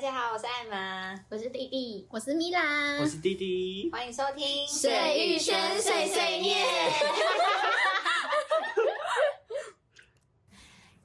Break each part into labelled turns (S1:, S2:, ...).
S1: 家好，我是艾玛，
S2: 我是弟弟，我是米兰
S3: 我是弟弟，
S1: 欢迎收听《
S2: 水玉轩碎碎念》。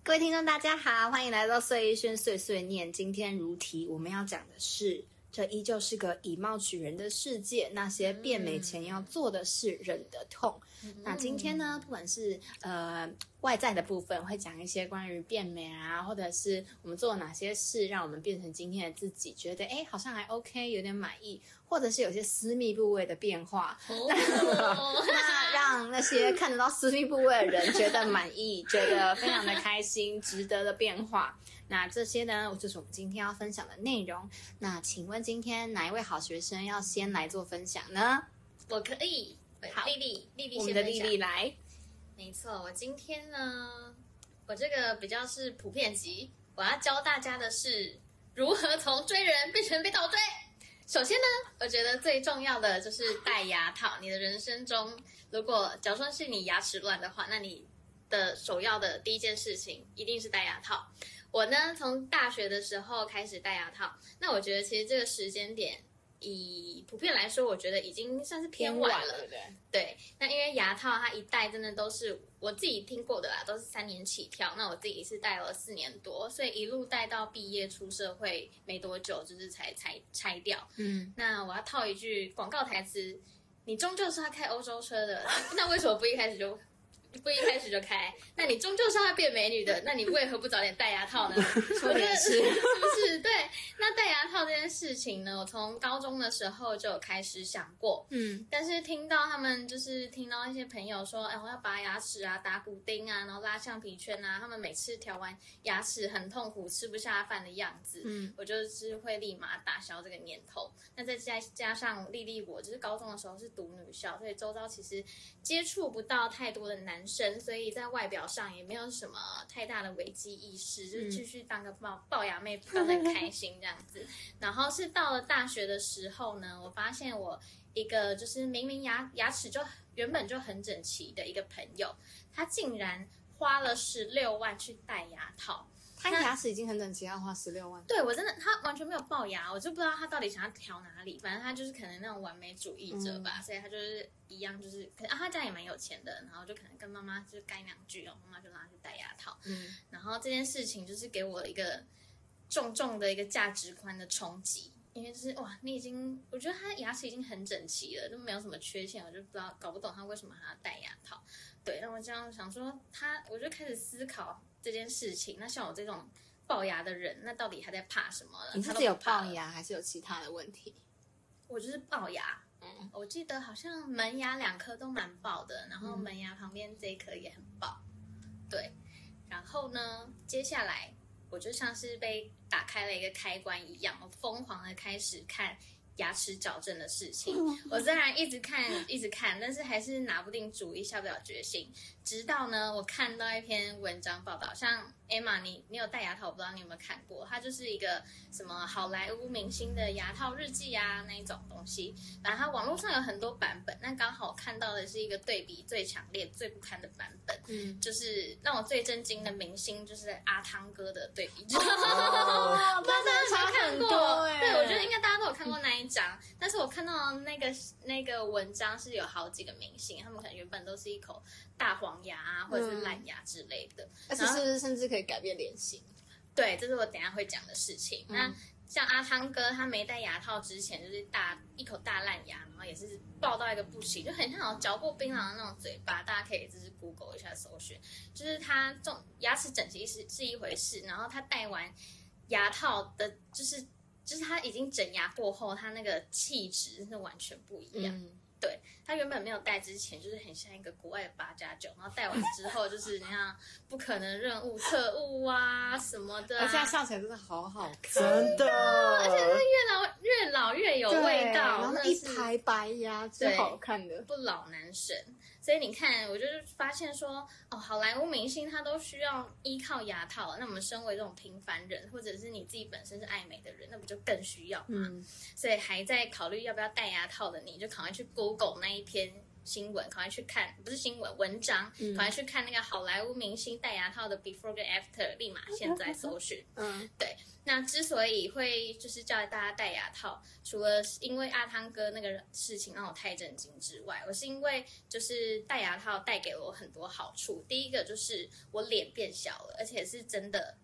S1: 各位听众，大家好，欢迎来到《碎玉轩碎碎念》。今天如题，我们要讲的是，这依旧是个以貌取人的世界，那些变美前要做的事忍得痛。那今天呢，不管是呃外在的部分，会讲一些关于变美啊，或者是我们做了哪些事，让我们变成今天的自己，觉得哎好像还 OK，有点满意，或者是有些私密部位的变化，哦那让那些看得到私密部位的人觉得满意，觉得非常的开心，值得的变化。那这些呢，就是我们今天要分享的内容。那请问今天哪一位好学生要先来做分享呢？
S2: 我可以。丽丽，丽丽
S1: 我
S2: 先
S1: 们的
S2: 分
S1: 丽
S2: 享。
S1: 丽来，
S2: 没错，我今天呢，我这个比较是普遍级，我要教大家的是如何从追人变成被倒追。首先呢，我觉得最重要的就是戴牙套。你的人生中，如果假如说是你牙齿乱的话，那你的首要的第一件事情一定是戴牙套。我呢，从大学的时候开始戴牙套，那我觉得其实这个时间点，以普遍来说，我觉得已经算是偏晚了。
S1: 对不对？
S2: 对，那因为牙套它一戴真的都是我自己听过的啦，都是三年起跳。那我自己是戴了四年多，所以一路戴到毕业出社会没多久，就是才才拆掉。
S1: 嗯，
S2: 那我要套一句广告台词：你终究是要开欧洲车的， 那为什么不一开始就不一开始就开？那你终究是要变美女的，那你为何不早点戴牙套呢？
S1: 说的也 是
S2: 不是？对，那戴牙套这件事情呢，我从高中的时候就有开始想过。
S1: 嗯，
S2: 但是听到他们就是听到一些朋友说，哎，我要拔牙齿啊，打骨钉啊，然后拉橡皮圈啊，他们每次调完牙齿很痛苦，吃不下饭的样子，
S1: 嗯，
S2: 我就是会立马打消这个念头。那再加加上丽丽，我就是高中的时候是读女校，所以周遭其实接触不到太多的男生，所以在外表上也没有什么太大的危机意识，就是继续当个龅龅牙妹，当的开心这样子。 然后是到了大学的时候呢，我发现我一个就是明明牙牙齿就原本就很整齐的一个朋友，他竟然花了十六万去戴牙套。
S1: 她牙齿已经很整齐，要花十六万。
S2: 对我真的，他完全没有龅牙，我就不知道他到底想要调哪里。反正他就是可能那种完美主义者吧，所以他就是一样，就是可能啊，他家也蛮有钱的，然后就可能跟妈妈就干两句，然后哦妈妈就让他去戴牙套。
S1: 嗯，
S2: 然后这件事情就是给我一个重重的一个价值观的冲击，因为就是哇，你已经我觉得他牙齿已经很整齐了，都没有什么缺陷，我就不知道搞不懂他为什么还要戴牙套。对，那我这样想说他，我就开始思考这件事情。那像我这种龅牙的人，那到底还在怕什么了？
S1: 你
S2: 呃他
S1: 自
S2: 都
S1: 己有
S2: 不怕嗯
S1: 龅
S2: 了，
S1: 牙还是有其他的问题？
S2: 我就是龅牙。嗯，我记得好像门牙两颗都蛮龅的，然后门牙旁边这一颗也很龅。对，然后呢，接下来我就像是被打开了一个开关一样，我疯狂的开始看牙齿矫正的事情。我虽然一直看一直看，但是还是拿不定主意，下不了决心。直到呢，我看到一篇文章报道，像 Emma，你你有戴牙套，我不知道你有没有看过，它就是一个什么好莱坞明星的牙套日记啊那一种东西。反正它网络上有很多版本，那刚好我看到的是一个对比最强烈、最不堪的版本。
S1: 嗯，
S2: 就是让我最震惊的明星，就是阿汤哥的对 比照。
S1: 哦，
S2: 大家有没有看
S1: 很
S2: 过
S1: 多哎，
S2: 对，我觉得应该大家都有看过那一张，但是我看到那个那个文章是有好几个明星，他们可能原本都是一口大黄牙啊，或
S1: 嗯
S2: 者是烂牙之类的。
S1: 而且是不是甚至可以改变脸型？
S2: 对，这是我等一下会讲的事情。
S1: 嗯
S2: 那像阿汤哥，他没戴牙套之前，就是大一口大烂牙，然后也是爆到一个不行，就很像有嚼过槟榔的那种嘴巴。大家可以就是 Google 一下搜寻，就是他重牙齿整齐是是一回事，然后他戴完牙套的，就是就是他已经整牙过后，他那个气质是完全不一样。
S1: 嗯，
S2: 对他原本没有戴之前，就是很像一个国外的八加九，然后戴完之后就是你看不可能任务、特务啊什么的、啊，
S1: 而且她笑起来真的好好看。
S3: 真 的，
S2: 越老越老越有味道，
S1: 对然后
S2: 真的
S1: 一
S2: 是
S1: 排白牙最
S2: 对
S1: 好看的。
S2: 不老男神。所以你看，我就是发现说，哦，好莱坞明星他都需要依靠牙套，那我们身为这种平凡人，或者是你自己本身是爱美的人，那不就更需要吗？
S1: 嗯，
S2: 所以还在考虑要不要戴牙套的你，就赶快去 Google 那一篇新闻，赶快去看，不是新闻文章，
S1: 嗯
S2: 赶快去看那个好莱坞明星戴牙套的 before 跟 after，立马现在搜寻。
S1: 嗯
S2: 那之所以会就是叫大家戴牙套，除了是因为阿汤哥那个事情让我太震惊之外，我是因为就是戴牙套带给我很多好处。第一个就是我脸变小了，而且是真的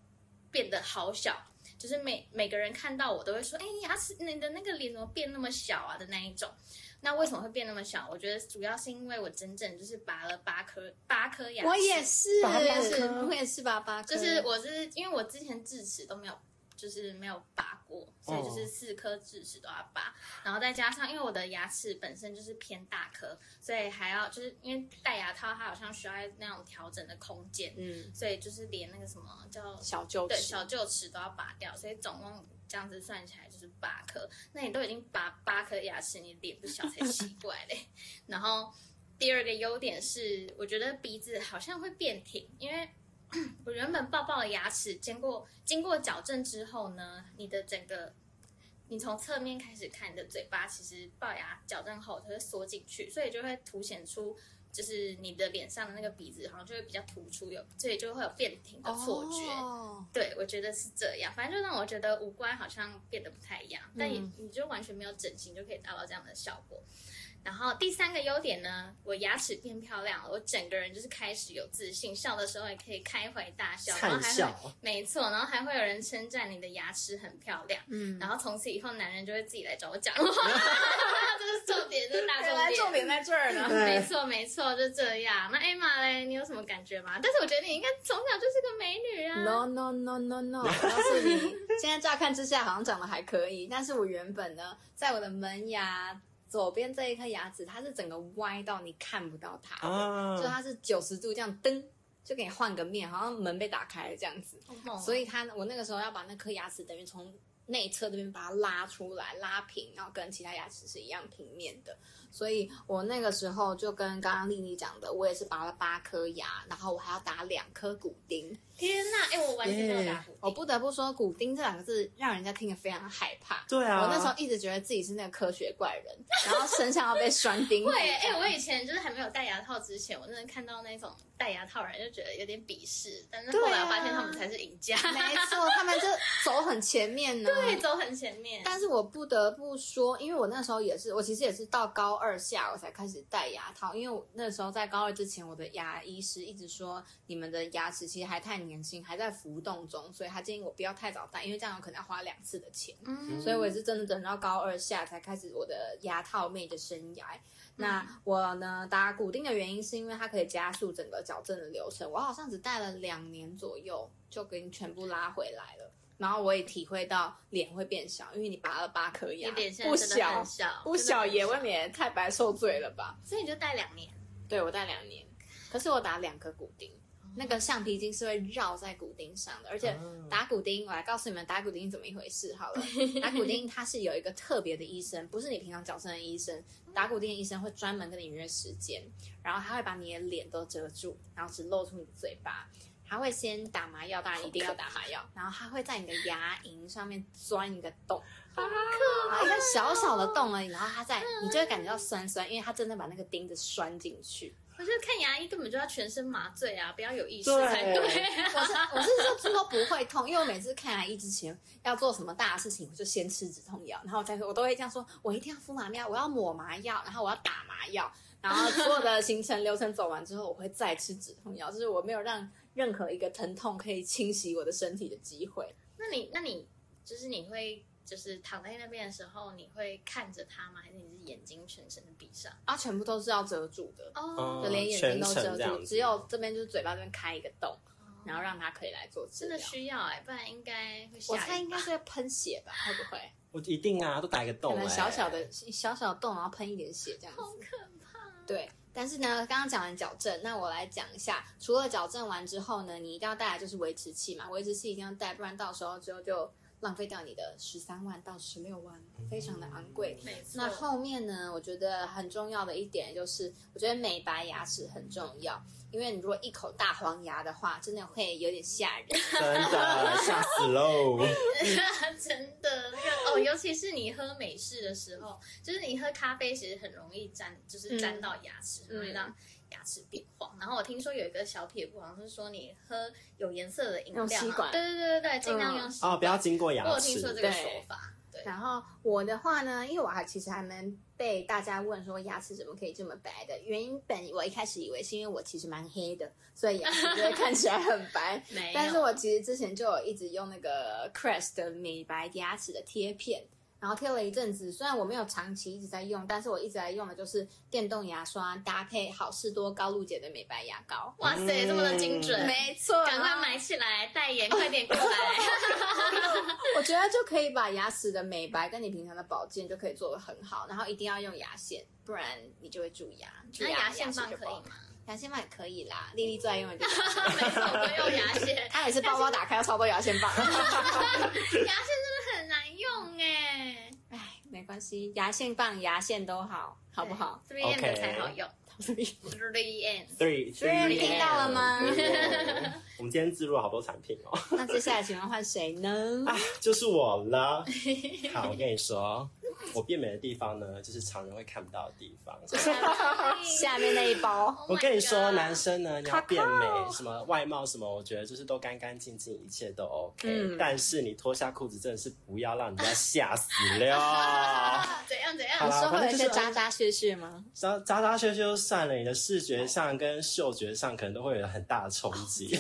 S2: 变得好小，就是每每个人看到我都会说：“哎，你牙齿你的那个脸怎么变那么小啊？”的那一种。那为什么会变那么小？我觉得主要是因为我整整就是拔了八颗八颗牙齿，
S1: 我也是，
S3: 拔
S2: 八
S1: 是
S3: 颗
S1: 我也是拔八颗，
S2: 就是我是因为我之前智齿都没有，就是没有拔过，所以就是四颗智齿都要拔，然后再加上因为我的牙齿本身就是偏大颗，所以还要就是因为戴牙套，它好像需要那种调整的空间，
S1: 嗯
S2: 所以就是连那个什么叫
S1: 小臼
S2: 对
S1: 齿，
S2: 小臼齿都要拔掉，所以总共。这样子算起来就是八颗，那你都已经拔八颗牙齿，你脸不小才奇怪嘞。然后第二个优点是，我觉得鼻子好像会变挺，因为 我原本抱抱的牙齿，经过经过矫正之后呢，你的整个你从侧面开始看，你的嘴巴其实龅牙矫正后它会缩进去，所以就会凸显出就是你的脸上的那个鼻子好像就会比较突出，有所以就会有变挺的嗯错觉。
S1: 哦
S2: 对，我觉得是这样，反正就让我觉得五官好像变得不太一样，但也
S1: 嗯
S2: 你就完全没有整形就可以达到这样的效果。然后第三个优点呢，我牙齿变漂亮了，我整个人就是开始有自信，笑的时候也可以开怀大笑，然后
S3: 灿
S2: 还
S3: 笑
S2: 会，没错，然后还会有人称赞你的牙齿很漂亮，
S1: 嗯，
S2: 然后从此以后男人就会自己来找我讲话， 这是重点，这是大
S1: 原来重点在这儿呢，
S3: 对
S2: 没错，没错，就这样。那 Emma 嘞，你有什么感觉吗？但是我觉得你应该从小就是个美女啊。
S1: No no no no no！我告诉你，现在乍看之下好像长得还可以，但是我原本呢，在我的门牙左边这一颗牙齿，它是整个歪到你看不到它的，
S3: 啊
S1: 就，它是九十度这样噔，就给你换个面，好像门被打开了这样子。
S2: 好猛哦
S1: 所以它我那个时候要把那颗牙齿等于从内侧这边把它拉出来，拉平，然后跟其他牙齿是一样平面的。所以我那个时候就跟刚刚丽丽讲的，我也是拔了八颗牙，然后我还要打两颗骨钉。
S2: 天呐，哎、我完全没有打鼓。
S1: 我不得不说，骨钉这两个字让人家听得非常害怕。
S3: 对啊，
S1: 我那时候一直觉得自己是那个科学怪 人，然后身上要被拴钉
S2: 会
S1: 子。
S2: 哎、我以前就是还没有戴牙套之前，我真的看到那种戴牙套的人就觉得有点鄙视，但是后来我发现他们才是赢 家，
S1: 没错，他们就走很前面呢。
S2: 对，走很前面。
S1: 但是我不得不说，因为我那时候也是，我其实也是到高二下我才开始戴牙套，因为我那时候在高二之前，我的牙医师一直说你们的牙齿其实还太年轻，还在浮动中，所以他建议我不要太早戴，因为这样有可能要花两次的钱。
S2: 嗯
S1: 所以我也是真的等到高二下才开始我的牙套妹的生涯。那我呢打骨钉的原因是因为它可以加速整个矫正的流程，我好像只戴了两年左右就给你全部拉回来了。然后我也体会到脸会变小，因为你拔了八颗
S2: 你
S1: 牙，
S2: 脸现
S1: 不
S2: 在真的
S1: 小
S2: 很小，
S1: 不小也未
S2: 问，
S1: 免太白受罪了吧？
S2: 所以你就戴两年。
S1: 对我戴两年，可是我打两颗骨钉，哦那个橡皮筋是会绕在骨钉上的，而且
S3: 啊
S1: 打骨钉，我来告诉你们打骨钉怎么一回事好了。打骨钉它是有一个特别的医生，不是你平常矫正的医生。打骨钉的医生会专门跟你约时间，然后他会把你的脸都遮住，然后只露出你的嘴巴。他会先打麻药，当然一定要打麻药，然后他会在你的牙龈上面钻一个洞，然后一个小小的洞而已，然后他在你就会感觉到酸酸，因为他真的把那个钉子拴进去。
S2: 我觉得看牙医根本就要全身麻醉啊，不要有意识才
S3: 对
S2: 对。
S1: 我是我是说说不会痛，因为我每次看牙医之前要做什么大的事情，我就先吃止痛药，然后再我都会这样说，我一定要敷麻药，我要抹麻药，然后我要打麻药，然后所有的行程流程走完之后，我会再吃止痛药，就是我没有让任何一个疼痛可以侵袭我的身体的机会。
S2: 那你那你就是你会就是躺在那边的时候，你会看着他吗？还是你是眼睛全神的闭上？
S1: 啊，全部都是要遮住的，
S2: 哦
S1: 就连眼睛
S3: 全
S1: 都
S3: 程
S1: 遮
S3: 这样
S1: 住，
S3: 子
S1: 只有这边就是嘴巴这边开一个洞，然后让它可以来做治
S2: 真
S1: 疗
S2: 的。需要哎、不然应该会吓
S1: 我猜
S2: 人
S1: 应该
S2: 吧
S1: 是会喷血吧，会不会？
S3: 我一定啊，都打一个 洞、
S1: 可
S3: 欸，
S1: 能小小的小小的洞，然后喷一点血这样子。
S2: 好可怕。
S1: 对，但是呢，刚刚讲完矫正，那我来讲一下，除了矫正完之后呢，你一定要带来就是维持器嘛，维持器一定要带，不然到时候之后就浪费掉你的十三万到十六万，非常的昂贵。
S2: 没错，
S1: 那后面呢？我觉得很重要的一点就是，我觉得美白牙齿很重要，因为你如果一口大黄牙的话，真的会有点吓人。
S3: 真的吓死喽！
S2: 真的那个臭，尤其是你喝美式的时候，就是你喝咖啡其实很容易沾，就是沾到牙齿，
S1: 嗯
S2: 很容易让牙齿变黄。然后我听说有一个小撇步，好像是说你喝有颜色的饮料，
S1: 用吸管
S2: 对对对对对，尽量
S1: 嗯
S2: 用吸管。
S3: 哦，不要经过
S2: 我
S3: 牙
S2: 有听说
S3: 齿。
S2: 这个
S1: 对
S2: 说法，对，
S1: 然后我的话呢，因为我还其实还蛮被大家问说牙齿怎么可以这么白的，原因本我一开始以为是因为我其实蛮黑的，所以牙齿就会看起来很白。
S2: 没有。
S1: 但是我嗯其实之前就有一直用那个 Crest 的美白牙齿的贴片，然后贴了一阵子。虽然我没有长期一直在用，但是我一直在用的就是电动牙刷搭配好事多高露洁的美白牙膏。
S2: 哇啊塞，这么的精准，
S3: 嗯
S1: 没啊错，
S2: 赶快买起来，代言，快点过 来。
S1: 我觉得就可以把牙齿的美白跟你平常的保健就可以做得很好，然后一定要用牙线，不然你就会蛀牙。蛀
S2: 那牙
S1: 牙
S2: 线棒
S1: 齿
S2: 可
S1: 就不
S2: 以
S1: 好
S2: 吗？
S1: 牙线棒也可以啦，丽丽最爱用的就是 牙线棒。
S2: 每次我都用牙线，
S1: 她也是包包打开要超多牙线棒。
S2: 牙线真的很难用哎，
S1: 唉，没关系，牙线棒、牙线都好，好不好？
S2: ？Three M 的
S3: OK
S2: 才好用，Three M。
S3: Three
S1: Three，
S3: three，
S1: 听到了吗
S3: 我们今天植入了好多产品哦，
S1: 那接下来请问换谁呢？
S3: 啊，就是我了。好，我跟你说，我变美的地方呢，就是常人会看不到的地方。
S1: 下面那一包，
S2: Oh my
S3: 我跟你说，
S2: God
S3: 男生呢你要变
S1: 靠
S3: 美，什么外貌什么，我觉得就是都干干净净，一切都 OK、
S1: 嗯
S3: 但是你脱下裤子，真的是不要让人家吓死 了。
S2: 啊， 怎样怎
S3: 好
S2: 样？
S1: 你
S3: 啦
S1: 说会有
S3: 反正
S1: 一些
S3: 就是呃
S1: 渣渣屑屑吗？
S3: 扎扎扎学学就算了，你的视觉上跟嗅觉上可能都会有很大的冲 击。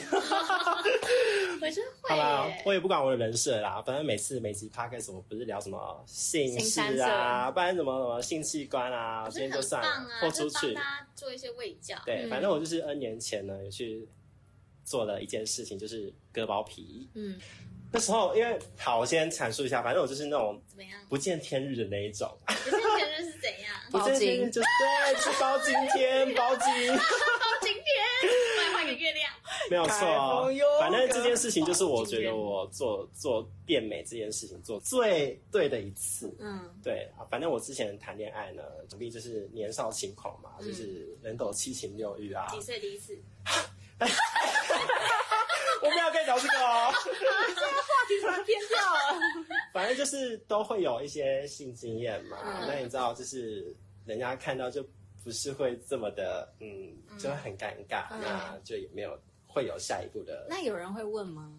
S2: 我真
S3: 好
S2: 会
S3: 啦
S2: 耶，
S3: 我也不管我的人设啦，反正每次每集 podcast 我不是聊什么性事啊，不然什么什么性器官啊，
S2: 我
S3: 今
S2: 真
S3: 天
S2: 的
S3: 就
S2: 很
S3: 算
S2: 棒
S3: 了，
S2: 啊，
S3: 豁
S2: 就
S3: 出
S2: 是帮
S3: 去。
S2: 大家做一些卫教。
S3: 对，
S1: 嗯
S3: 反正我就是 N 年前呢，有去做了一件事情，就是割包皮。
S1: 嗯，
S3: 那时候因为好，我先阐述一下，反正我就是那种
S2: 怎么样？
S3: 不见天日的那一种，
S2: 你现在觉得是怎 样？
S3: 不见天日就是对，吃包金天，包金。
S2: 到今天，我来换个月亮。
S3: 没有
S1: 凯
S3: 错哦
S1: 风优，
S3: 反正这件事情就是我觉得我做做变美这件事情做最对的一次。
S1: 嗯，
S3: 对啊，反正我之前谈恋爱呢，主力就是年少轻狂嘛，就是
S1: 嗯
S3: 人走七情六欲啊。
S2: 几岁第一次？
S3: 我没有跟你聊这个哦，
S1: 怎么偏掉了？
S3: 反正就是都会有一些性经验嘛。
S1: 嗯
S3: 那你知道，就是人家看到就不是会这么的，嗯，就会很尴尬，
S1: 嗯
S3: 那就也没有会有下一步的。
S1: 那有人会问吗？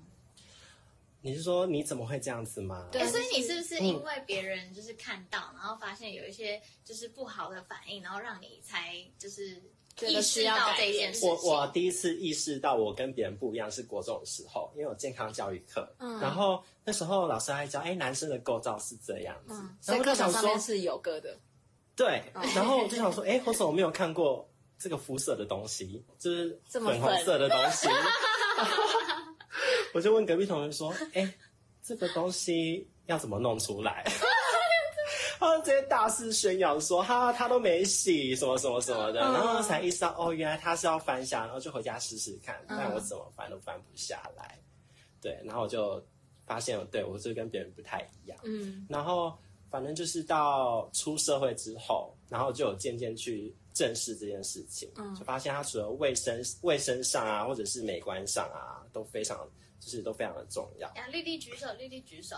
S3: 你是说你怎么会这样子吗？
S1: 对
S2: 欸所以你是不
S3: 嗯
S2: 是因为别人就是看到，然后发现有一些就是不好的反应，然后让你才就是
S1: 觉
S2: 意
S1: 得需
S2: 识
S1: 要
S2: 到
S1: 改
S2: 这
S1: 变
S2: 件事情？
S3: 我我第一次意识到我跟别人不一样是国中的时候，因为我健康教育课，
S1: 嗯
S3: 然后那时候老师还教，哎，男生的构造是这样子，
S1: 嗯，所
S3: 然
S1: 以
S3: 后我
S1: 课
S3: 就
S1: 堂
S3: 想
S1: 上
S3: 说
S1: 面，是有歌的。
S3: 对，
S1: 哦
S3: 然后我就想说，哎，我怎么没有看过这个肤色的东西，就是
S1: 这么
S3: 粉红
S1: 粉
S3: 色的东西？ 我就问隔壁同学说，哎，这个东西要怎么弄出 来？他们直接大肆宣扬说，哈，他都没洗，什么什么什么的，
S1: 嗯
S3: 然后才意识到，哦，原来他是要翻下，然后就回家试试看，
S1: 嗯
S3: 但我怎么翻都翻不下来，对，然后我就发现，对我就跟别人不太一样，
S1: 嗯
S3: 然后反正就是到出社会之后，然后就有渐渐去正视这件事情，
S1: 嗯
S3: 就发现它除了卫生卫生上啊，或者是美观上啊，都非常就是都非常的重要。
S2: 呀，绿地举手，绿地举手。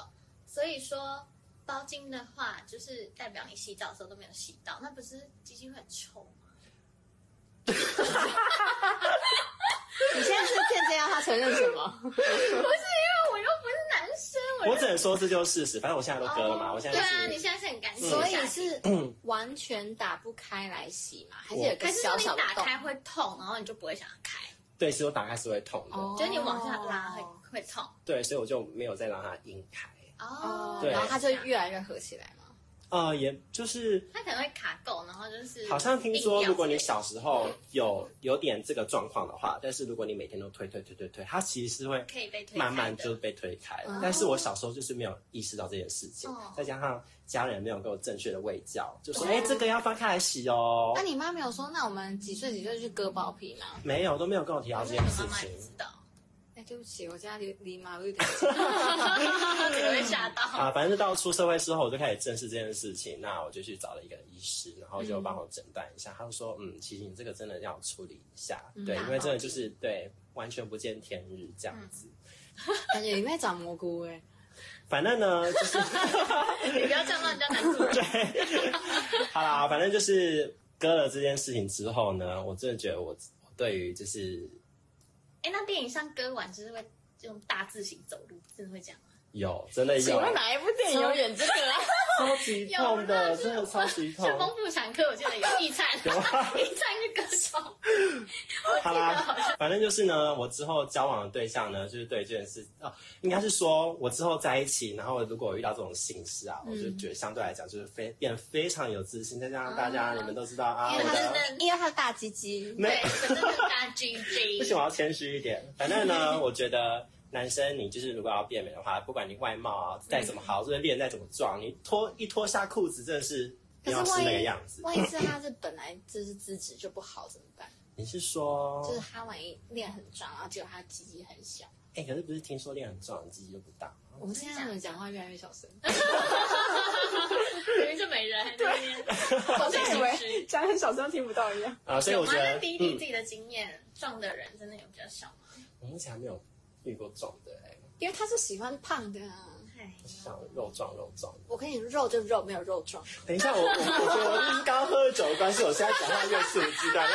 S2: 所以说包茎的话，就是代表你洗澡的时候都没有洗到，那不是鸡精会很臭吗？
S1: 你现在是骗这样，他承认什么？
S2: 因为我又不是男生，
S3: 我只能说这就是事实，反正我现在都割了嘛，我现在
S2: 对啊，
S3: 就
S2: 你
S3: 是。
S2: 现在是很干净，
S1: 所
S2: 下
S1: 以
S2: 体
S1: 是完全打不开来洗嘛，嗯还是
S3: 我
S1: 有一个
S2: 还是说
S1: 小
S2: 你
S1: 小的
S2: 打
S1: 洞？
S2: 开会痛，然后你就不会想要开，
S3: 对，其实我打开是会痛的，
S1: 哦
S2: 就是你往下拉会会痛。
S3: 对，所以我就没有再让它硬开。
S1: 哦
S2: 哦，，
S3: 对
S1: 然后它就
S2: 这样
S1: 越来越合起来嘛。
S3: 呃，也就是
S2: 它可能会卡垢，然后就是
S3: 好像听说，
S2: 硬掉
S3: 如果你
S2: 之类的
S3: 小时候有有点这个状况的话，但是如果你每天都推推推推推，它其实是会
S2: 可以被推开的
S3: 慢慢就被推开
S1: 哦。
S3: 但是我小时候就是没有意识到这件事情
S2: 哦，
S3: 再加上家人没有给我正确的喂教，就说
S1: 哦
S3: 哎这个要翻开来洗哦
S1: 那，你妈没有说，那我们几岁几岁去割包皮吗？
S3: 没有都没有跟我提到这件事
S2: 妈妈
S3: 情
S2: 也。知道，
S1: 哎，对不起，我家离离马路有点 近。
S2: 可能会吓
S3: 啊，
S2: 到。
S3: 反正就到出社会之后，我就开始正视这件事情。那我就去找了一个医师，然后就帮我诊断一下。他就说，嗯，其实你这个真的要处理一下，
S2: 嗯
S3: 对，
S1: 大
S3: 因为真的
S2: 毛
S3: 就是对完全不见天日
S2: 嗯
S3: 这样子。
S1: 感觉里面长蘑菇哎、
S3: 反正呢，就是
S2: 你不要这样让人家难做。
S3: 好啦，反正就是割了这件事情之后呢，我真的觉得我我对于就是
S2: 哎，那电影上割完就是会用大字型走路，真的会这样吗？
S3: 有真的
S1: 请
S3: 有
S1: 问哪一部电影有演这个啊？
S3: 超级痛
S2: 有
S3: 的，
S2: 啦
S3: 真的超级痛
S2: 顺。风妇产科我记得有易灿，
S3: 哦有 啊
S2: 易灿是歌 手，
S3: 好啦，反正就是呢，我之后交往的对象呢，就是对这件事哦，应该是说我之后在一起，然后如果有遇到这种形式啊，我就觉得相对来讲就是非变得非常有自信，再加上大家、
S2: 啊
S3: 你们都知道啊，
S2: 因
S3: 我
S2: 为他是
S3: 的
S2: 那
S1: 嗯因为他大鸡鸡，
S3: 没
S2: 对，真的是大 G
S3: 为什
S2: G。
S3: 么要谦虚一点？反正呢，我觉得男生你就是如果要变美的话，不管你外貌啊再怎么好，就是练再怎么壮，你脱一脱下裤子真的是
S1: 可
S3: 你
S1: 是
S3: 要是那个
S1: 万一
S3: 样子。
S1: 万一是他是本来就是资质就不好怎么办？
S3: 你是说
S1: 就是他万一练很壮，然后结果他鸡鸡很小。
S3: 哎、可是不是听说练很壮，你自己就不大？
S1: 我们现在怎么讲话越来越小声？
S2: 明明就没人，还在那 边
S1: 好
S2: 像以为
S1: 讲很小声听不到一样。
S3: 啊，所以
S2: 有
S3: 我
S2: 吗
S3: 觉？得
S2: 那，比你
S3: 嗯
S2: 自，己的经验，撞的人真的有比较少吗？
S3: 我目前还没有遇过壮的、欸，
S1: 因为他是喜欢胖的啊。
S2: 哎，
S3: 想肉壮肉壮。
S1: 我跟你肉就肉，没有肉壮。
S3: 等一下，我我我觉得我就是刚刚喝了酒的关系，我现在讲话越肆无忌惮啊！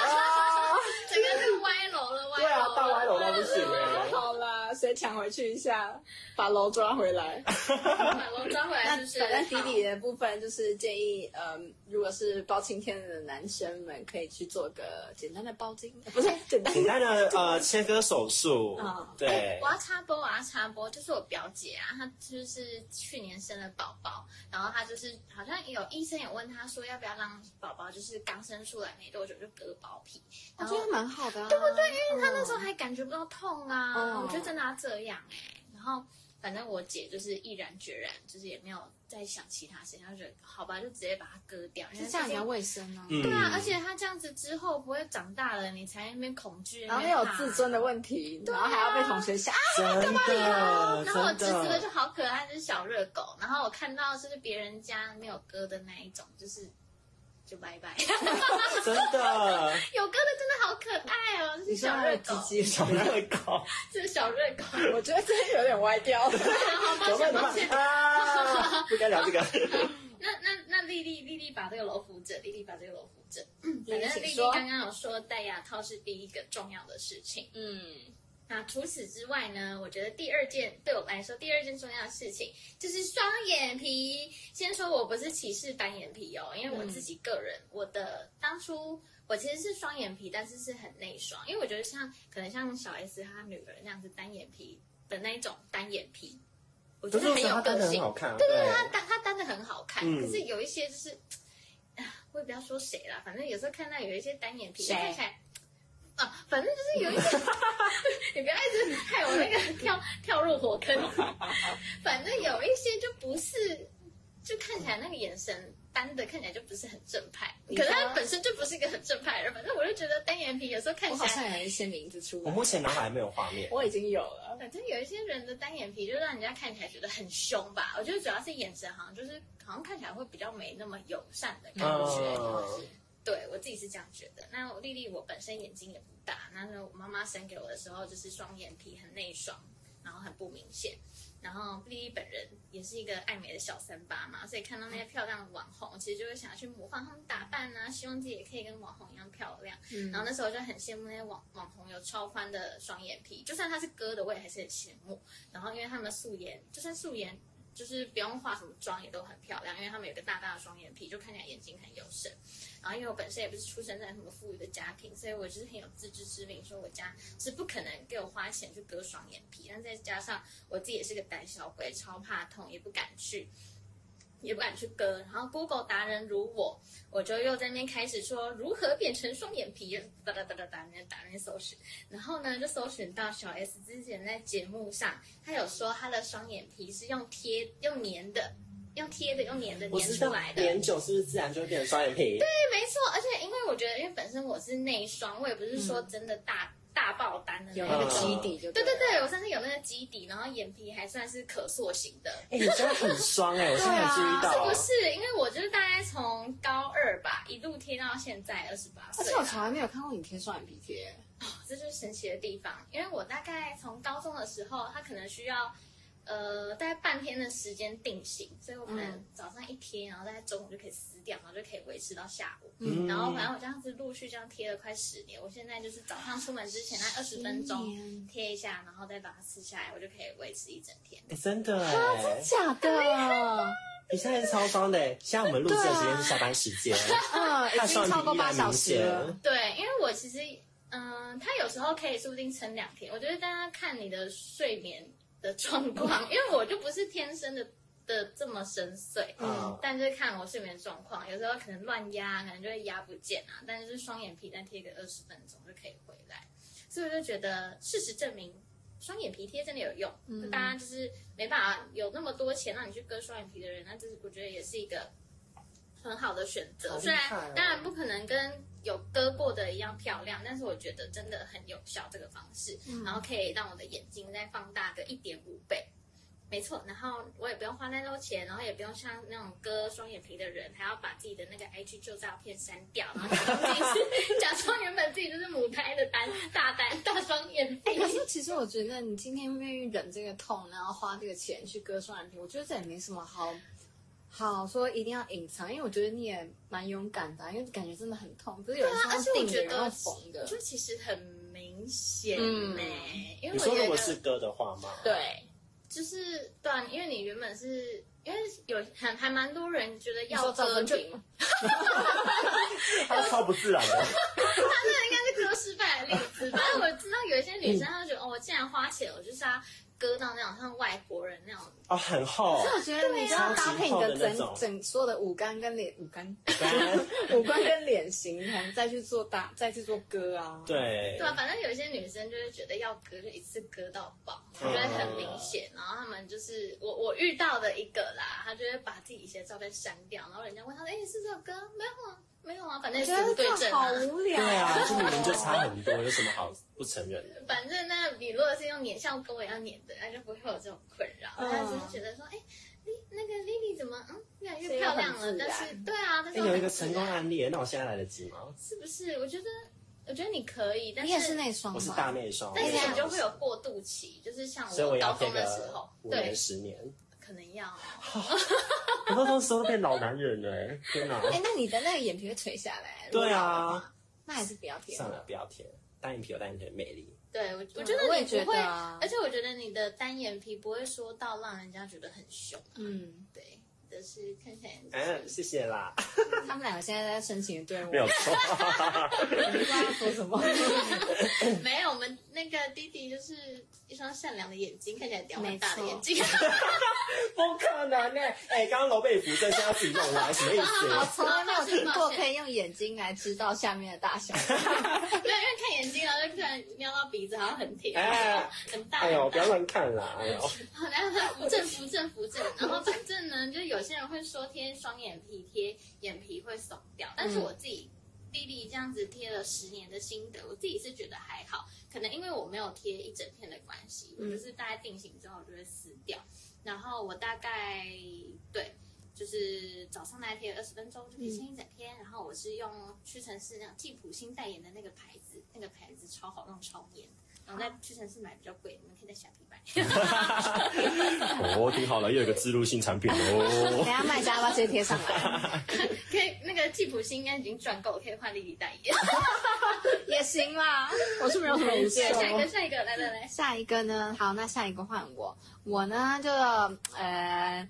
S2: 整个是歪楼了，歪
S3: 对啊
S2: 楼，了，
S3: 大歪楼到不行哎、
S1: 好啦，谁抢回去一下，把楼抓回来。
S2: 把楼抓回
S1: 那
S2: 来，就是
S1: 反正底底的部分就是建议，嗯，如果是包青天的男生们，可以去做个简单的包茎，不是简单
S3: 简单的呃切割手术
S1: 嗯，
S3: 对
S2: 哎我，要插播，我要插播，就是我表姐啊，她就是去年生了宝宝，然后她就是好像有医生有问她说要不要让宝宝就是刚生出来没多久就割包皮，
S1: 我
S2: 然
S1: 觉
S2: 后
S1: 得蛮好的、啊，对不对？因为
S2: 她那时候还感觉不到痛啊，
S1: 嗯
S2: 我觉得真的要这样哎、然后反正我姐就是毅然决然，就是也没有再想其他事情，她就觉得好吧，就直接把它割掉，因为
S1: 是这样比
S2: 毕
S1: 较
S2: 竟
S1: 卫生啊，
S3: 嗯，
S2: 对啊，而且他这样子之后不会长大了，你才在那边恐惧，
S1: 然后又有自尊的问题，然后还要被同学笑。啊
S3: 真的
S2: 啊然后我
S3: 真
S2: 侄子的就
S3: 的，
S2: 好可爱，就是小热狗。然后我看到就是别人家没有割的那一种，就是就拜拜。
S3: 真的，
S2: 有割的真的好可爱哦，就是
S1: 你说
S2: 小
S1: 他
S2: 热
S1: 的
S2: 狗，
S1: 鸡鸡，
S3: 小热狗，
S2: 这是小热狗。
S1: 我觉得这有点歪 掉了。
S2: 好抱歉
S3: 怎么办？怎
S2: 抱
S3: 么
S2: 歉。
S3: 办？啊，不该聊这个。
S2: 那那那丽丽丽丽把这个楼扶正，丽丽把这个楼扶正。
S3: 嗯
S2: 反正
S1: 请
S2: 丽丽
S1: 说
S2: 刚刚有说戴牙套是第一个重要的事情。
S1: 嗯，
S2: 那除此之外呢，我觉得第二件对我来说第二件重要的事情就是双眼皮。先说我不是歧视单眼皮哦，因为
S3: 嗯
S2: 我自己个人，我的当初我其实是双眼皮，但是是很内双，因为我觉得像可能像小 S 她女儿那样子单眼皮的那一种单眼皮，我觉
S3: 可
S2: 得
S3: 是我
S2: 很有
S3: 觉得他真
S2: 个
S3: 的很
S2: 性
S3: 好。看，啊
S2: 对啊对，他单他单的很好看，
S3: 嗯
S2: 可是有一些就是，啊我也不要说谁啦，反正有时候看到有一些单眼皮
S1: 谁
S2: 看起来。啊，反正就是有一 些，你不要一直害我那个跳跳入火 坑。反正有一些就不是，就看起来那个眼神单的看起来就不是很正派，
S1: 你
S2: 可
S1: 说
S2: 是他本身就不是一个很正派的人。反正我就觉得单眼皮有时候看
S1: 我
S2: 起
S1: 好
S2: 来，
S1: 像有一些名字出
S3: 我
S1: 来，
S3: 目前脑海没有画面，
S1: 我已经有了。
S2: 反正有一些人的单眼皮就让人家看起来觉得很凶吧。我觉得主要是眼神好像就是好像看起来会比较没那么友善的感觉。
S3: 嗯，
S2: 对我自己是这样觉得。那我丽丽，我本身眼睛也不大，那时候我妈妈生给我的时候就是双眼皮很内双，然后很不明显。然后丽丽本人也是一个爱美的小三八嘛，所以看到那些漂亮的网红，其实就会想要去模仿他们打扮啊，希望自己也可以跟网红一样漂亮。
S1: 嗯
S2: 然后那时候就很羡慕那些网网红有超宽的双眼皮，就算它是割的，我也还是很羡慕。然后因为他们素颜，就算素颜，就是不用化什么妆也都很漂亮，因为他们有个大大的双眼皮，就看起来眼睛很有神。然后因为我本身也不是出生在什么富裕的家庭，所以我就是很有自知之明，说我家是不可能给我花钱去割双眼皮。但再加上我自己也是个胆小鬼，超怕痛，也不敢去。也不敢去割，然后 Google 达人如我，我就又在那边开始说如何变成双眼皮，哒哒哒哒哒，那边打那边搜寻，然后呢就搜寻到小 S 之前在节目上，她有说她的双眼皮是用贴用粘的，用贴的用粘的
S3: 我
S2: 粘
S3: 知
S2: 出
S3: 道
S2: 来，的，
S3: 脸久是不是自然就会变成双眼皮？
S2: 没错，哦而且因为我觉得，因为本身我是内双，我也不是说真的大、大爆单的
S1: 嗯有
S2: 那
S1: 那
S2: 个
S1: 个
S2: 基
S1: 基
S2: 底。
S1: 底就
S2: 对对
S1: 对
S2: 对，我算是有那个基底，然后眼皮还算是可塑型的，
S3: 哎，你真的很双哎，我是没有注意
S2: 是
S3: 到
S2: 啊不，是？因为我就是大概从高二吧，一路贴到现在二十八
S1: 而
S2: 岁
S1: 且我从
S2: 了，
S1: 来没有看过啊你贴双眼皮贴，
S2: 这就是神奇的地方。因为我大概从高中的时候，他可能需要呃大概半天的时间定型，所以我可能
S1: 嗯
S2: 早上一贴，然后大概中午就可以撕掉，然后就可以维持到下午。
S3: 嗯
S2: 然后反正我这样子陆续这样贴了快十年，我现在就是早上出门之前那二十分钟
S1: 天
S2: 贴一下，然后再把它撕下来，我就可以维持一整天。
S3: 哎、真
S2: 啊
S3: 的哎，
S1: 假 的，
S3: 你现在是超双的哎，现在我们录制的时间是下班时间，
S2: 啊
S1: 嗯，已
S3: 看
S1: 经
S3: 上
S1: 超过
S3: 你依
S1: 八
S3: 然
S1: 小
S3: 明
S1: 时
S3: 显
S1: 了。
S2: 对，因为我其实，嗯，他有时候可以说不定撑两天。我觉得大家看你的睡眠的状况，因为我就不是天生的的这么深邃，
S3: 嗯
S2: 但就是看我睡眠状况，有时候可能乱压，可能就会压不见啊。但是双眼皮再贴个二十分钟就可以回来，所以我就觉得事实证明。双眼皮贴真的有用，
S1: 嗯
S2: 大家就是没办法有那么多钱让你去割双眼皮的人，那就是我觉得也是一个很好的选择。
S3: 好厉
S2: 虽然
S3: 害哦
S2: 当然不可能跟有割过的一样漂亮，但是我觉得真的很有效这个方式，
S1: 嗯
S2: 然后可以让我的眼睛再放大个一点五倍。没错，然后我也不用花太多钱，然后也不用像那种割双眼皮的人，还要把自己的那个 IG 旧照片删掉，然后假装自己是 假装原本自己就是母胎的单大单大双眼皮
S1: 哎、。可是其实我觉得你今天愿意忍这个痛，然后花这个钱去割双眼皮，我觉得这也没什么好好说一定要隐藏，因为我觉得你也蛮勇敢的啊、因为感觉真的很痛，不是有人
S2: 对啊
S1: 说
S2: 而且我
S1: 顶
S2: 觉
S1: 着
S2: 得
S1: 然后缝的，
S2: 就哎其实很明显
S1: 嗯
S2: 呢、因为
S3: 你
S2: 我
S3: 说
S2: 觉
S3: 如
S2: 得
S3: 果是歌的话吗？，
S1: 对，
S2: 就是对啊，因为你原本是因为有很还蛮多人觉得
S1: 你
S2: 要
S1: 说照
S2: 割
S1: 分就
S2: 饼，
S3: 它超不自然的。
S2: 那应该是割失败的例子。 反正我知道有一些女生，她就觉得、哦，我既然花钱，我就是要割到那种像外国人那种，
S3: 哦，很厚，
S2: 啊
S1: 所以我觉得你就要搭配你的
S3: 对啊超级厚的那
S1: 整
S3: 种
S1: 整所有的五官跟脸五官
S3: 干
S1: 五官跟脸型，可能再去做搭，再去做割啊。，
S3: 对
S2: 对啊，反正有一些女生就是觉得要割就一次割到爆，我觉
S3: 嗯
S2: 得很明显。然后她们就是我我遇到的一个啦，她就会把自己一些照片删掉，然后人家问她，哎、你是这首歌没有啊？没有啊，反正
S1: 我
S2: 死
S1: 觉得
S2: 无对
S1: 这
S2: 症
S1: 样好
S2: 啊。
S1: 无聊、
S3: 对啊，
S1: 哦。
S3: 这明明就差很多，有什么好不承认的？
S2: 反正那你如果是用粘像跟我一样粘的，那就不会有这种困扰。
S1: 嗯
S2: 他只是觉得说，哎、你那个 Lily 怎么嗯越来越漂亮
S1: 所
S2: 了
S1: 以很？自然
S2: 但是对啊，但
S3: 哎、
S2: 是我
S3: 有一
S2: 很
S3: 个
S2: 自
S3: 成
S2: 然
S3: 功案例，那我现在来得及吗？
S2: 是不是？我觉得，我觉得你可以，但
S1: 你
S2: 是
S1: 也是内双
S3: 我
S1: 吗？
S3: 是大内双，
S2: 但是
S1: 双
S2: 你就会有过渡期，就是像
S3: 所以我
S2: 高
S3: 要这
S2: 中的时
S3: 个
S2: 候，
S3: 五
S2: 对
S3: 年，十年，
S2: 可能要
S3: 我高中时候都变老男人了、天哪！
S1: 哎、那你的那个眼皮会垂下来？如果
S3: 对啊，
S1: 那还是比较贴合
S3: 算。了，不要贴，单眼皮有单眼皮的魅力。
S2: 对我我
S1: 嗯
S2: 觉得
S1: 我也
S2: 你
S1: 觉
S2: 不会
S1: 得啊，
S2: 而且我觉得你的单眼皮不会说到让人家觉得很凶，啊
S1: 嗯，
S2: 对，就是看起来很
S3: 嗯，谢谢啦，
S1: 他们两个现在在申请一队伍，
S3: 没有错。
S1: 我不知道要说什 么。
S2: 没有，我们那个弟弟就是一双善良的眼睛，看起来屌很大的
S1: 没错
S2: 眼睛。
S3: 不可能呢、哎、刚刚楼被扶正，现在要自己弄来，什么意
S2: 好
S3: 思？
S1: 从来没有听 过可以用眼睛来知道下面的大 小。
S2: 没有，因为看眼睛，然后就突然瞄到鼻子，好像很挺，
S3: 哎
S2: 很大。
S3: 哎 呦，不要乱看啦！哎呦，
S2: 好，然后扶正扶正扶正，然后反正呢，就是有些人会说贴双眼皮贴眼皮会松掉，但是我自己。弟弟这样子贴了十年的心得，我自己是觉得还好，可能因为我没有贴一整片的关系，我
S1: 嗯
S2: 就是大概定型之后我就会撕掉，然后我大概对，就是早上大概贴二十分钟就可以先一整天，然后我是用屈臣氏那种替普新代言的那个牌子，那个牌子超好用超黏，然后在屈臣氏买比较贵，你们可以在虾皮买。
S4: 哦，听好了，又有一个植入性产品
S1: 等
S4: 哦。
S1: 下卖家把这些贴上来
S2: 可以，那个吉普星应该已经赚够，可以换丽丽代言。
S1: 也行啦， 我是没有什 么意见
S2: 下一个，下一个，来来来，
S1: 下一个呢？好，那下一个换我，我呢就呃，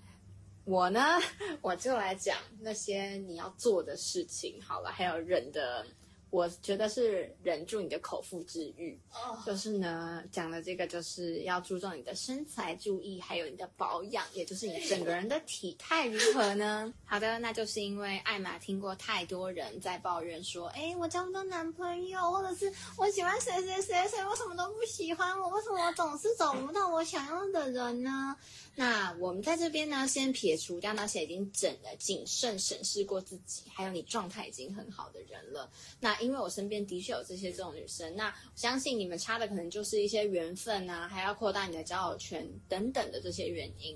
S1: 我呢我就来讲那些你要做的事情好了，还有忍的，我觉得是忍住你的口腹之欲。
S2: 哦，
S1: 就是呢，讲的这个就是要注重你的身材，注意还有你的保养，也就是你整个人的体态如何呢？ 好的，那就是因为艾玛听过太多人在抱怨说，哎，我交不到男朋友，或者是我喜欢谁谁谁谁，为什么都不喜欢我？为什么我总是找不到我想要的人呢？那我们在这边呢，先撇除掉那些已经整了、谨慎审视过自己，还有你状态已经很好的人了。那因为我身边的确有这些这种女生，那我相信你们差的可能就是一些缘分啊，还要扩大你的交友圈等等的这些原因。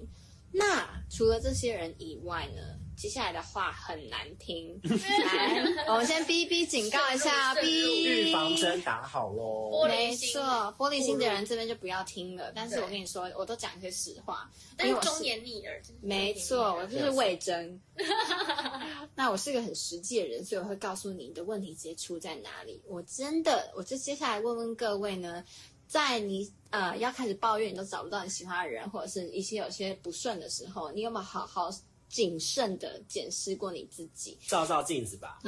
S1: 那除了这些人以外呢？接下来的话很难 听，
S2: 哦
S1: 来，我们先哔哔警告一下，
S2: 慎入慎入
S3: 预防
S1: 哔。
S3: 针打好喽
S2: 玻。璃
S1: 没
S2: 心
S1: 错，玻璃心的人
S2: 误
S1: 这边就不要听了。但是
S2: 对
S1: 我跟你说，我都讲一些实话。
S2: 但
S1: 因
S2: 是
S1: 为我
S2: 忠言逆耳，真的是忠言逆
S1: 没
S2: 耳
S1: 错，我 就是魏征。 那我是个很实际的人，所以我会告诉你你的问题直接出在哪里。我真的，我就接下来问问各位呢，在你呃要开始抱怨你都找不到你喜欢的人，或者是一些有些不顺的时候，你有没有好好谨慎的检视过你自己？
S3: 照照镜子吧，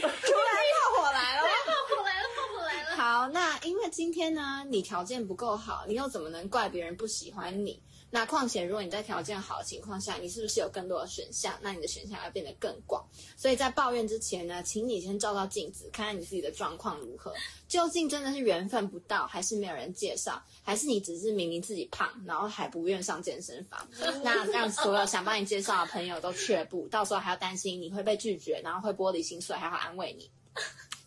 S1: 突然炮火来了。
S2: 炮火来了，炮火来了。
S1: 好，那因为今天呢，你条件不够好，你又怎么能怪别人不喜欢你？那况且，如果你在条件好的情况下，你是不是有更多的选项？那你的选项要变得更广。所以在抱怨之前呢，请你先照照镜子，看看你自己的状况如何，究竟真的是缘分不到，还是没有人介绍，还是你只是明明自己胖，然后还不愿上健身房？那让所有想帮你介绍的朋友都却步，到时候还要担心你会被拒绝，然后会玻璃心碎，还要安慰你。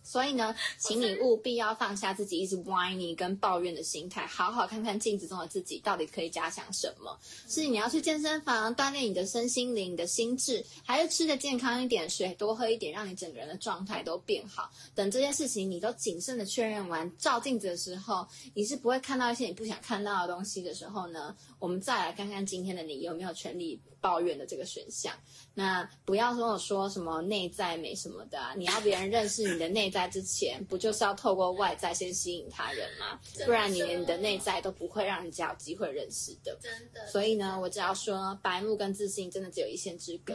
S1: 所以呢，请你务必要放下自己一直 whiny 跟抱怨的心态，好好看看镜子中的自己到底可以加强什么。是你要去健身房锻炼你的身心灵、你的心智，还是吃的健康一点，水多喝一点，让你整个人的状态都变好。等这些事情你都谨慎的确认完，照镜子的时候，你是不会看到一些你不想看到的东西的时候呢，我们再来看看今天的你有没有权利抱怨的这个选项。那不要跟我说什么内在美什么的、啊，你要别人认识你的内在之前，不就是要透过外在先吸引他人吗？不然你连你的内在都不会让人家有机会认识的。
S2: 真的，
S1: 所以呢，我只要说，白目跟自信真的只有一线之隔，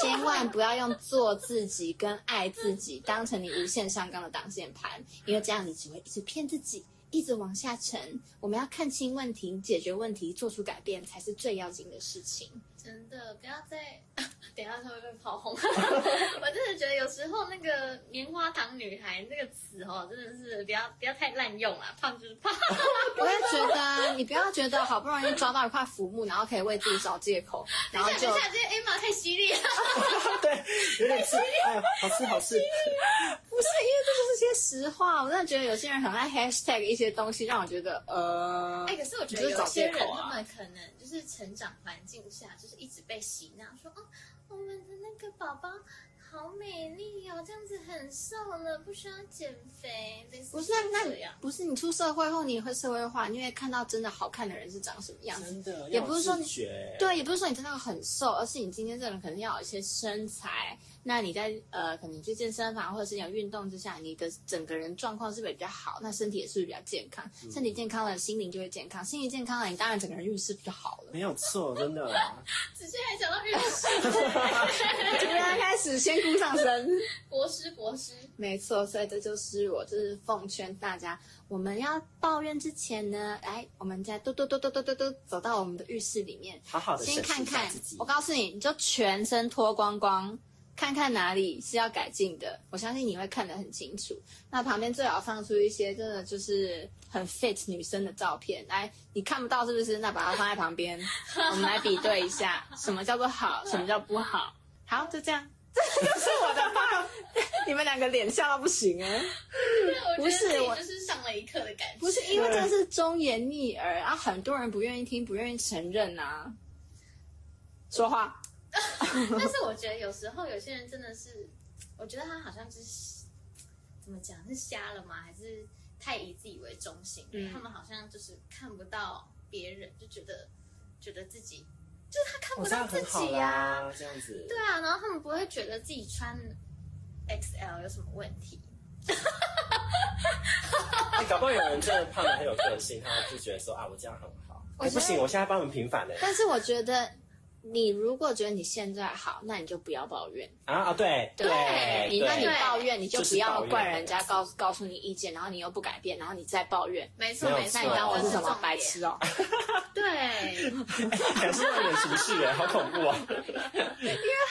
S1: 千万不要用做自己跟爱自己当成你无限上纲的挡箭牌，因为这样你只会一直骗自己，一直往下沉。我们要看清问题，解决问题，做出改变才是最要紧的事情。
S2: 真的不要再， 等一下他会被炮 轰。我真的觉得有时候那个棉花糖女孩那个词哦，真的是不要不要太滥用啊，胖就是胖。
S1: 我也觉得，你不要觉得好不容易抓到一块浮木，然后可以为自己找借口，然后
S2: 等一
S1: 就
S2: 下，这 Emma 太犀利了，
S3: 对，有点吃，哎呀，好吃好吃。
S1: 不是因为这就是些实话。我真的觉得有些人很爱 hashtag 一些东西，让我觉得呃
S2: 哎、，可是我觉
S1: 你
S2: 得
S1: 就是
S2: 有
S1: 找
S2: 些
S1: 借
S2: 人、
S1: 口啊
S2: 他们可能就是成长环境下，就是一直被洗脑，说哦，我们的那个宝宝好美丽哦，这样子很瘦了，不需要减肥。类似
S1: 不是啊，那
S2: 这
S1: 你
S2: 样，
S1: 不是你出社会后，你会社会化，你会看到真的好看的人是长什么样子。
S3: 真的，
S1: 也不是说
S3: 要有
S1: 你
S3: 自觉，
S1: 对，也不是说你真的很瘦，而是你今天这个人可能要有一些身材。那你在呃，可能你去健身房或者是你有运动之下，你的整个人状况是不是比较好？那身体也是不是比较健康？身体健康了，心灵就会健康；心灵健康了，你当然整个人运势就好了。
S3: 没有错，真的。
S2: 子轩还讲到日式
S1: 就要啊开始先哭上身。
S2: 国师国师，
S1: 没错，所以这就是我就是奉劝大家，我们要抱怨之前呢，来，我们再嘟嘟嘟嘟嘟嘟嘟走到我们的浴室里面，
S3: 好好的
S1: 先看看
S3: 自己。
S1: 我告诉你，你就全身脱光光，看看哪里是要改进的。我相信你会看得很清楚。那旁边最好放出一些真的就是很 fit 女生的照片来，你看不到是不是？那把它放在旁 边，我们来比对一下，什么叫做好，
S5: 嗯
S1: 什么叫不好。好，就 这样。这就是我的棒， 你们两个脸笑到不行哎、
S2: 我
S1: 不是
S2: 觉得
S1: 我
S2: 自己就是上了一课的感觉。
S1: 不是呃因为这是忠言逆耳啊，很多人不愿意听，不愿意承认啊。说话。
S2: 但是我觉得有时候有些人真的是，我觉得他好像就是怎么讲是瞎了吗？还是太以自己为中心？
S1: 嗯
S2: 他们好像就是看不到别人，就觉得觉得自己就是他看
S3: 我
S2: 不
S3: 这
S2: 到
S3: 样
S2: 自
S3: 很好
S2: 己呀、
S3: 哦啦，这样子。
S2: 对啊，然后他们不会觉得自己穿 XL 有什么问题。
S3: 哎搞不好有人真的胖的很有个性，他们就觉得说啊，我这样很好。
S1: 我
S3: 哎
S1: 觉得
S3: 不行，我现在帮你们平反了。
S1: 但是我觉得，你如果觉得你现在好，那你就不要抱怨。
S3: 啊啊，对
S1: 你
S3: 对，
S1: 那你
S2: 对
S1: 抱怨，你就
S3: 就是
S1: 不要
S3: 抱怨
S1: 怪人家告告诉你意见，然后你又不改变，然后你再抱怨。
S2: 没错
S3: 没有
S2: 没错，
S1: 那你当我是什
S2: 这
S1: 么
S2: 重点
S1: 白？痴哦？
S2: 对，
S3: 还是有点情绪哎，好恐怖啊！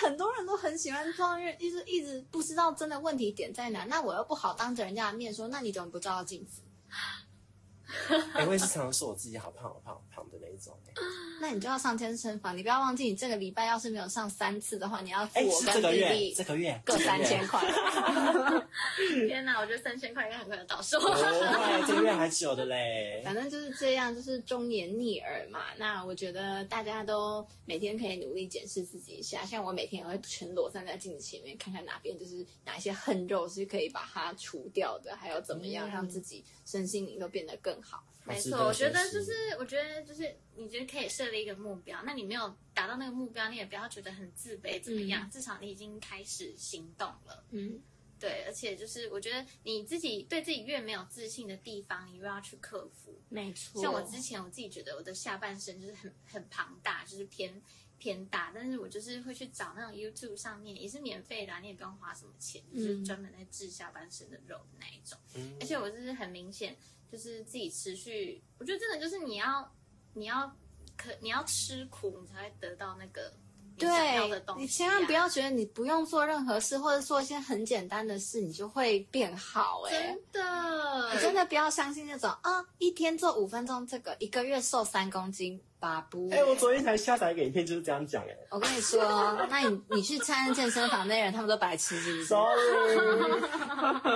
S1: 很多人都很喜欢抱怨，一直一直不知道真的问题点在哪。那我又不好当着人家的面说，那你怎么不照照镜子？
S3: 哎、我也是常常说我自己好胖好胖好胖的那一种、哎
S5: 那你就要上健身房，你不要忘记，你这个礼拜要是没有上三次的话，你要付
S3: 哎、
S5: 我
S3: 是
S5: 跟
S3: 这个
S5: 弟
S3: 月，
S5: 弟
S3: 这个月
S5: 各三千。块。
S2: 天哪，我觉得三千块应该很快就到手。
S3: 这个月不会，这个月还久的嘞。
S5: 反正就是这样，就是忠言逆耳嘛。那我觉得大家都每天可以努力检视自己一下，像我每天也会全裸站在镜子前面，看看哪边就是哪一些恨肉是可以把它除掉的，还有怎么样让自己身心灵都变得更好。
S2: 没
S3: 值得
S2: 错，我觉得
S3: 学
S2: 就
S3: 习
S2: 是，我觉得就是，你觉得可以设立一个目标，那你没有达到那个目标，你也不要觉得很自卑，怎么样？
S3: 嗯
S2: 至少你已经开始行动了。
S5: 嗯，
S2: 对，而且就是，我觉得你自己对自己越没有自信的地方，你越要去克服。
S5: 没错
S2: 像我之前，我自己觉得我的下半身就是很很庞大，就是偏偏大，但是我就是会去找那种 YouTube 上面也是免费的啊、你也不用花什么钱，就是
S5: 嗯
S2: 专门在治下半身的肉的那一种。
S3: 嗯
S2: 而且我就是很明显，就是自己持续，我觉得真的就是你要你要可你要吃苦，你才会得到那个你想要的
S5: 对
S2: 东西、啊。
S5: 你千万不要觉得你不用做任何事，或者做一些很简单的事，你就会变好、哎，
S2: 啊真的，
S5: 你真的不要相信那种啊、一天做五分钟，这个一个月瘦三公斤，巴不。
S3: 哎、我昨天才下载一个影片，就是这样讲哎、
S1: 哦
S5: 我跟你说，哦那你你去参健身房那人，他们都白痴是不是？
S3: Sorry，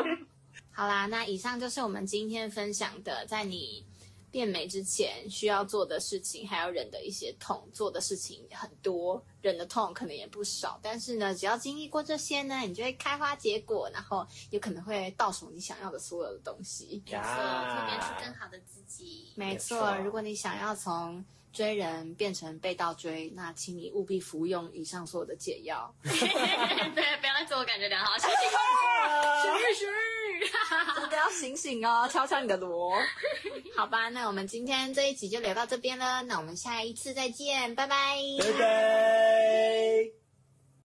S5: 好啦，那以上就是我们今天分享的，在你变美之前需要做的事情，还有忍的一些痛，做的事情很多，忍的痛可能也不少，但是呢，只要经历过这些呢，你就会开花结果，然后有可能会到手你想要的所有的东西。
S2: 没错，这边是更好的自己。
S5: 没
S3: 没
S5: 错
S3: 错，
S5: 如果你想要从追人变成被倒追，那请你务必服用以上所有的解药。
S2: 对， 不要再自我感觉良好，谢谢。
S3: 啊
S5: 真的要醒醒哦，敲敲你的锣。好吧，那我们今天呃这一集就聊到这边了，那我们下一次再见，拜拜。
S3: 拜拜。